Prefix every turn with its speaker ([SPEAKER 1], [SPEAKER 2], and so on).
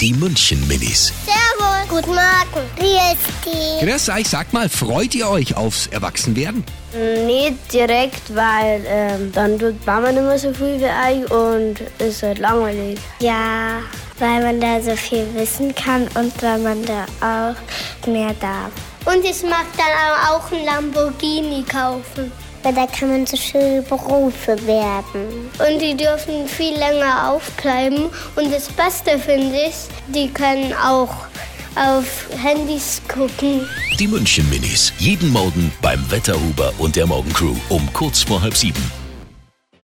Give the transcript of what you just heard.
[SPEAKER 1] Die München Minis.
[SPEAKER 2] Servus. Guten Morgen. Wie ist die?
[SPEAKER 1] Grüß euch, sag mal, freut ihr euch aufs Erwachsenwerden?
[SPEAKER 3] Nicht direkt, weil ähm, dann tut Mama nicht mehr so viel für euch und ist halt langweilig.
[SPEAKER 2] Ja, weil man da so viel wissen kann und weil man da auch mehr darf. Und ich mag dann auch einen Lamborghini kaufen. Weil da kann man so schöne Berufe werden. Und die dürfen viel länger aufbleiben. Und das Beste finde ich, die können auch auf Handys gucken.
[SPEAKER 1] Die München Minis. Jeden Morgen beim Wetterhuber und der Morgencrew um kurz vor halb sieben.